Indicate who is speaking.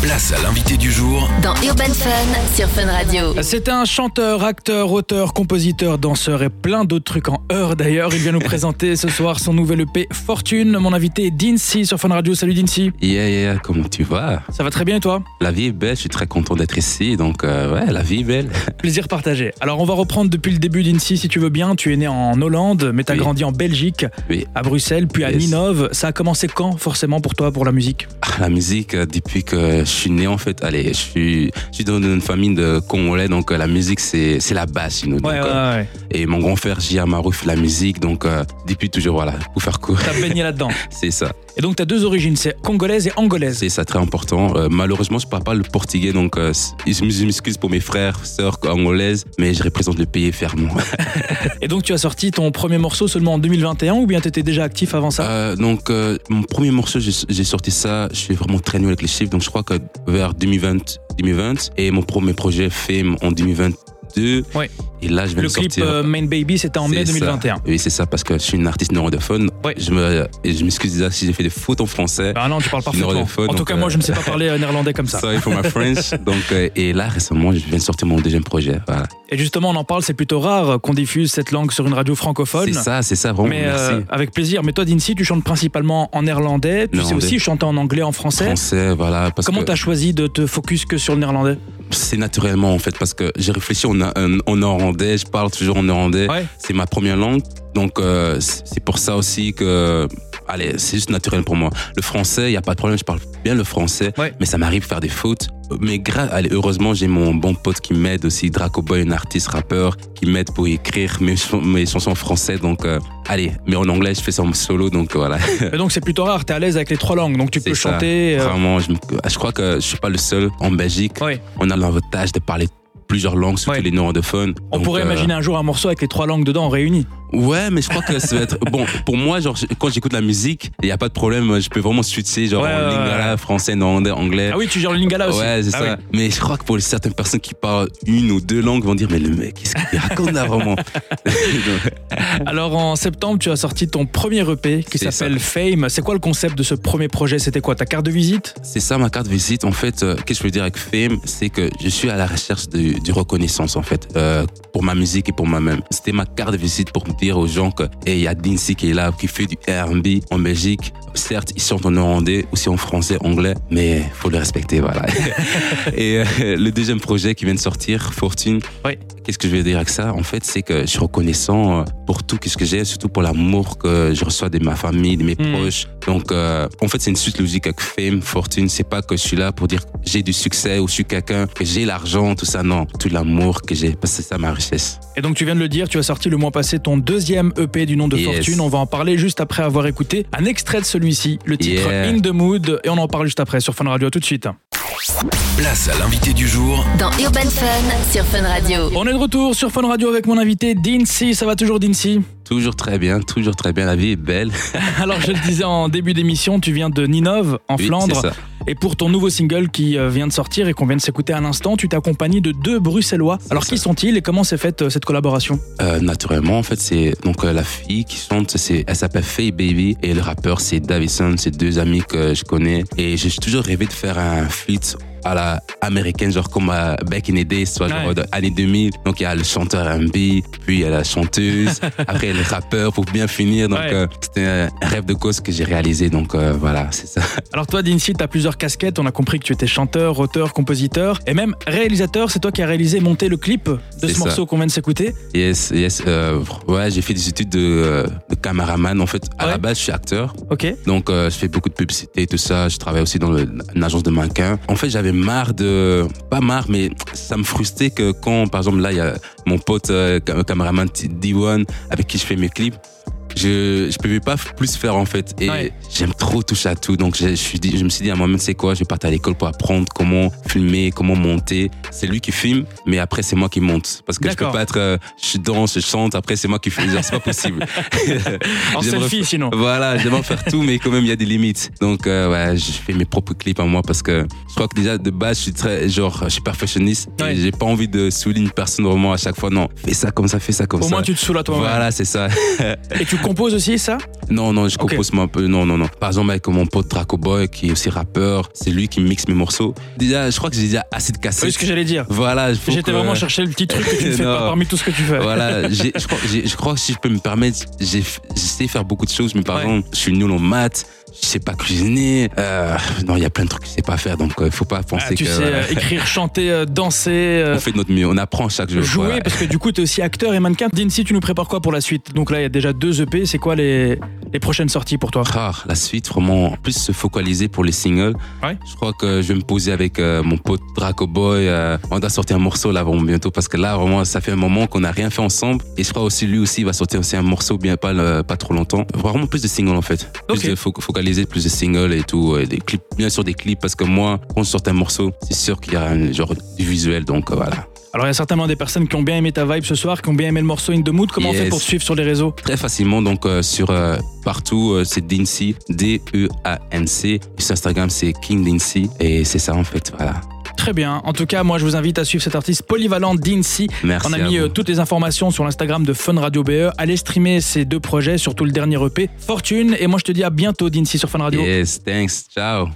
Speaker 1: Place à l'invité du jour
Speaker 2: Dans Urban Fun sur Fun Radio.
Speaker 3: C'est un chanteur, acteur, auteur, compositeur, danseur et plein d'autres trucs en heure d'ailleurs. Il vient nous présenter ce soir son nouvel EP Fortune. Mon invité est Dincy sur Fun Radio. Salut Dincy.
Speaker 4: Yeah, yeah, comment tu vas
Speaker 3: Ça va très bien et toi
Speaker 4: La vie est belle, je suis très content d'être ici, donc euh, ouais, la vie est belle.
Speaker 3: Plaisir partagé. Alors on va reprendre depuis le début Dincy si tu veux bien. Tu es né en Hollande mais t'as
Speaker 4: Oui.
Speaker 3: grandi en Belgique,
Speaker 4: Oui,
Speaker 3: à Bruxelles, puis à
Speaker 4: Yes.
Speaker 3: Ninove. Ça a commencé quand forcément pour toi pour la musique
Speaker 4: ah, la musique, euh, depuis que je suis né en fait, allez, je suis, je suis dans une famille de Congolais, donc euh, la musique c'est c'est la base chez nous. donc, euh,
Speaker 3: ouais.
Speaker 4: Et mon grand frère J.A. Marouf fait la musique, donc euh, depuis toujours, voilà, pour faire court,
Speaker 3: T'as baigné là-dedans.
Speaker 4: c'est ça.
Speaker 3: Et donc t'as deux origines, c'est congolaise et angolaise.
Speaker 4: C'est ça très important. Euh, malheureusement, je parle pas le portugais, donc euh, je m- je m'excuse pour mes frères, sœurs angolaises, mais je représente le pays fermement.
Speaker 3: Et donc tu as sorti ton premier morceau seulement en 2021 ou bien t'étais déjà actif avant ça
Speaker 4: Euh, donc, euh, mon premier morceau, j'ai j'ai sorti ça. Je suis vraiment très nul avec les chiffres. Donc, je crois que vers 2020, 2020 et mon premier projet Fame en 2022.
Speaker 3: Ouais.
Speaker 4: Et là, je viens
Speaker 3: Le
Speaker 4: de
Speaker 3: clip
Speaker 4: sortir.
Speaker 3: euh, Main Baby c'était en mai
Speaker 4: C'est ça.
Speaker 3: 2021.
Speaker 4: Oui, c'est ça, parce que je suis une artiste néerlandophone.
Speaker 3: Ouais.
Speaker 4: Je me, et je m'excuse déjà si j'ai fait des fautes en français.
Speaker 3: Ah non, tu parles parfaitement.
Speaker 4: néerlandophone,
Speaker 3: En tout
Speaker 4: donc,
Speaker 3: cas, moi,
Speaker 4: euh,
Speaker 3: je ne sais pas parler euh, néerlandais comme ça.
Speaker 4: Sorry for my French. donc, euh, et là, récemment, je viens de sortir mon deuxième projet. Voilà.
Speaker 3: Et justement, on en parle, c'est plutôt rare euh, qu'on diffuse cette langue sur une radio francophone.
Speaker 4: C'est ça, c'est ça, vraiment.
Speaker 3: Mais euh,
Speaker 4: merci.
Speaker 3: avec plaisir. Mais toi, Dincy, tu chantes principalement en néerlandais. Tu sais
Speaker 4: Néerlandais.
Speaker 3: aussi chanter en anglais, en français.
Speaker 4: Français, voilà. Parce
Speaker 3: Comment
Speaker 4: que...
Speaker 3: t'as choisi de te focus que sur le néerlandais
Speaker 4: C'est naturellement en fait parce que j'ai réfléchi en, en, en néerlandais, je parle toujours en néerlandais.
Speaker 3: Ouais.
Speaker 4: C'est ma première langue, donc euh, c'est c'est pour ça aussi que allez, c'est juste naturel pour moi. Le français, il y a pas de problème, je parle bien le français,
Speaker 3: Ouais.
Speaker 4: mais ça m'arrive de faire des fautes. Mais gra- allez, heureusement, j'ai mon bon pote qui m'aide aussi, Draco Boy, un artiste rappeur qui m'aide pour écrire mes, ch- mes chansons en français. Donc euh, allez, mais en anglais, je fais ça en solo, donc voilà.
Speaker 3: Et Donc, c'est plutôt rare. T'es à l'aise avec les trois langues. Donc, tu
Speaker 4: C'est
Speaker 3: peux
Speaker 4: ça.
Speaker 3: chanter. euh,
Speaker 4: Vraiment, je, me- je crois que je suis pas le seul en Belgique.
Speaker 3: Ouais.
Speaker 4: On a l'avantage de parler plusieurs langues, surtout
Speaker 3: Ouais.
Speaker 4: les néerlandophones.
Speaker 3: On
Speaker 4: Donc,
Speaker 3: pourrait
Speaker 4: euh,
Speaker 3: imaginer un jour un morceau avec les trois langues dedans réunies.
Speaker 4: Ouais, mais je crois que ça va être bon pour moi. Genre je- quand j'écoute la musique, il y a pas de problème. Je peux vraiment switcher genre
Speaker 3: Ouais,
Speaker 4: en
Speaker 3: ouais,
Speaker 4: lingala, français, néerlandais, anglais.
Speaker 3: Ah oui, tu gères le lingala aussi.
Speaker 4: euh, Ouais, c'est
Speaker 3: Ah
Speaker 4: ça.
Speaker 3: oui.
Speaker 4: Mais je crois que pour certaines personnes qui parlent une ou deux langues, vont dire mais le mec, qu'est-ce qu'il raconte là vraiment
Speaker 3: Alors, en septembre, tu as sorti ton premier EP qui
Speaker 4: C'est ça.
Speaker 3: s'appelle Fame. C'est quoi le concept de ce premier projet C'était quoi Ta carte de visite
Speaker 4: C'est ça ma carte de visite. En fait, euh, qu'est-ce que je veux dire avec Fame C'est que je suis à la recherche de, du reconnaissance, en fait, euh, pour ma musique et pour moi-même. C'était ma carte de visite pour dire aux gens que, hey, il y a Dincy qui est là, qui fait du R&B en Belgique. Certes, ils sont en néerlandais, aussi en français, anglais, mais faut le respecter, voilà. et euh, le deuxième projet qui vient de sortir, Fortune.
Speaker 3: Ouais.
Speaker 4: Qu'est-ce que je veux dire avec ça En fait, c'est que je suis reconnaissant euh, pour tout ce que j'ai, surtout pour l'amour que je reçois de ma famille, de mes
Speaker 3: Hmm.
Speaker 4: proches. Donc, euh, en fait, c'est une suite logique avec fame, fortune. C'est pas que je suis là pour dire que j'ai du succès ou je suis quelqu'un, que j'ai l'argent, tout ça. Non, tout l'amour que j'ai, parce que c'est ça ma richesse.
Speaker 3: Et donc tu viens de le dire, tu as sorti le mois passé ton deuxième EP du nom de
Speaker 4: Yes.
Speaker 3: Fortune. On va en parler juste après avoir écouté un extrait de celui-ci, le titre
Speaker 4: Yeah.
Speaker 3: In the Mood, et on en parle juste après sur Fun Radio. À tout de suite.
Speaker 1: Place à l'invité du jour
Speaker 2: Dans Urban Fun sur Fun Radio.
Speaker 3: On est de retour sur Fun Radio avec mon invité Dincy. Ça va toujours Dincy
Speaker 4: Toujours très bien, toujours très bien. La vie est belle.
Speaker 3: Alors je le disais en début d'émission, tu viens de Ninove en
Speaker 4: Oui,
Speaker 3: Flandre.
Speaker 4: c'est ça.
Speaker 3: Et pour ton nouveau single qui euh, vient de sortir et qu'on vient de s'écouter à l'instant, tu t'es accompagné de deux Bruxellois. Alors
Speaker 4: ça.
Speaker 3: qui sont-ils et comment s'est faite euh, cette collaboration
Speaker 4: Euh, naturellement, en fait, c'est donc euh, la fille qui chante, c'est elle s'appelle Faye Baby et le rappeur c'est Davison, c'est deux amis que je connais et j'ai toujours rêvé de faire un feat à la américaine, genre comme à Back in the Days, soit genre
Speaker 3: Ouais.
Speaker 4: dans années 2000. Donc il y a le chanteur R&B, puis il y a la chanteuse, après le rappeur pour bien finir. Donc
Speaker 3: Ouais.
Speaker 4: euh, c'était un rêve de cause que j'ai réalisé. Donc euh, voilà, c'est ça.
Speaker 3: Alors toi Dincy, t'as plusieurs casquettes, on a compris que tu étais chanteur, auteur, compositeur et même réalisateur, c'est toi qui as réalisé et monté le clip de
Speaker 4: C'est
Speaker 3: ce
Speaker 4: ça.
Speaker 3: morceau qu'on vient de s'écouter.
Speaker 4: Yes, yes. euh, ouais, j'ai fait des études de, euh, de cameraman. En fait, à
Speaker 3: Ouais.
Speaker 4: la base, je suis acteur.
Speaker 3: Ok
Speaker 4: Donc, euh, je fais beaucoup de publicité et tout ça. Je travaille aussi dans le- une agence de mannequins. En fait, j'avais marre de. Pas marre, mais ça me frustrait que quand, par exemple, là, il y a mon pote, euh, cam- caméraman T- D1, avec qui je fais mes clips, je je pouvais pas plus faire en fait et
Speaker 3: Ouais.
Speaker 4: j'aime trop toucher à tout donc je, je suis dit- je me suis dit à moi-même c'est quoi je vais partir à l'école pour apprendre comment filmer comment monter c'est lui qui filme mais après c'est moi qui monte parce que je peux
Speaker 3: D'accord.
Speaker 4: pas être euh, je danse je chante après c'est moi qui filme Genre, c'est pas possible
Speaker 3: En
Speaker 4: J'aimerais
Speaker 3: selfie sinon.
Speaker 4: voilà, j'aime en faire tout, mais quand même, il y a des limites. Donc, euh, ouais, je fais mes propres clips à moi parce que je crois que déjà, de base, je suis très, genre, je suis perfectionniste. et
Speaker 3: Ouais.
Speaker 4: J'ai pas envie de saouler une personne vraiment à chaque fois. Non, fais ça comme ça, fais ça comme
Speaker 3: Au
Speaker 4: ça.
Speaker 3: moins tu te saoules à toi-même.
Speaker 4: voilà, c'est ça.
Speaker 3: Et tu composes aussi ça
Speaker 4: Non, non, je
Speaker 3: Ok.
Speaker 4: compose un peu. Non, non, non. Par exemple, avec mon pote Draco Boy, qui est aussi rappeur, c'est lui qui mixe mes morceaux. Déjà, je crois que j'ai déjà assez de
Speaker 3: C'est ce
Speaker 4: cassettes.
Speaker 3: que j'allais dire.
Speaker 4: Voilà, il faut
Speaker 3: J'étais
Speaker 4: que-
Speaker 3: vraiment chercher le petit truc que tu ne fais
Speaker 4: Non.
Speaker 3: pas parmi tout ce que tu fais.
Speaker 4: Voilà, j'ai- je crois, j'ai- je crois que si je peux me permettre, j'ai f- j'essaie de faire beaucoup de choses, mais par
Speaker 3: Ouais.
Speaker 4: exemple, je suis nul en maths, je sais pas cuisiner. euh, non, il y a plein de trucs que je sais pas faire, donc il faut pas penser
Speaker 3: Ah, tu
Speaker 4: que.
Speaker 3: sais
Speaker 4: voilà.
Speaker 3: euh, écrire, chanter, euh, danser, euh,
Speaker 4: on fait de notre mieux, on apprend chaque jour.
Speaker 3: jouer,
Speaker 4: voilà.
Speaker 3: parce que du coup, tu es aussi acteur et mannequin. Dean, si tu nous prépares quoi pour la suite Donc là, il y a déjà deux EP. C'est quoi les, les prochaines sorties pour toi
Speaker 4: Rare, la suite, vraiment, plus se focaliser pour les singles.
Speaker 3: Ouais.
Speaker 4: Je crois que je vais me poser avec euh, mon pote Draco Boy. euh, on doit sortir un morceau là vraiment bientôt parce que là, vraiment, ça fait un moment qu'on n'a rien fait ensemble. Et je crois aussi, lui aussi, il va sortir aussi un morceau bien pas, le- pas trop longtemps. Vraiment plus de singles en fait. Plus
Speaker 3: Ok.
Speaker 4: de fo- focaliser, plus de singles et tout. Et des clips, bien sûr des clips parce que moi, quand je sort un morceau, c'est sûr qu'il y a un genre du visuel. Donc euh, voilà.
Speaker 3: Alors, il y a certainement des personnes qui ont bien aimé ta vibe ce soir, qui ont bien aimé le morceau In the Mood. Comment on fait
Speaker 4: Yes.
Speaker 3: pour te suivre sur les réseaux
Speaker 4: Très facilement, donc euh, sur euh, partout, euh, c'est Dincy, E D-E-A-N-C. Et Sur Instagram, c'est King Dincy. Et c'est ça en fait, voilà.
Speaker 3: Très bien. En tout cas, moi, je vous invite à suivre cet artiste polyvalent, Dincy.
Speaker 4: Merci.
Speaker 3: On a
Speaker 4: à
Speaker 3: mis
Speaker 4: vous.
Speaker 3: euh, toutes les informations sur l'Instagram de Fun Radio BE. Allez streamer ces E deux projets, surtout le dernier EP, Fortune. Et moi, je te dis à bientôt, Dincy, sur Fun Radio.
Speaker 4: Yes, thanks. Ciao.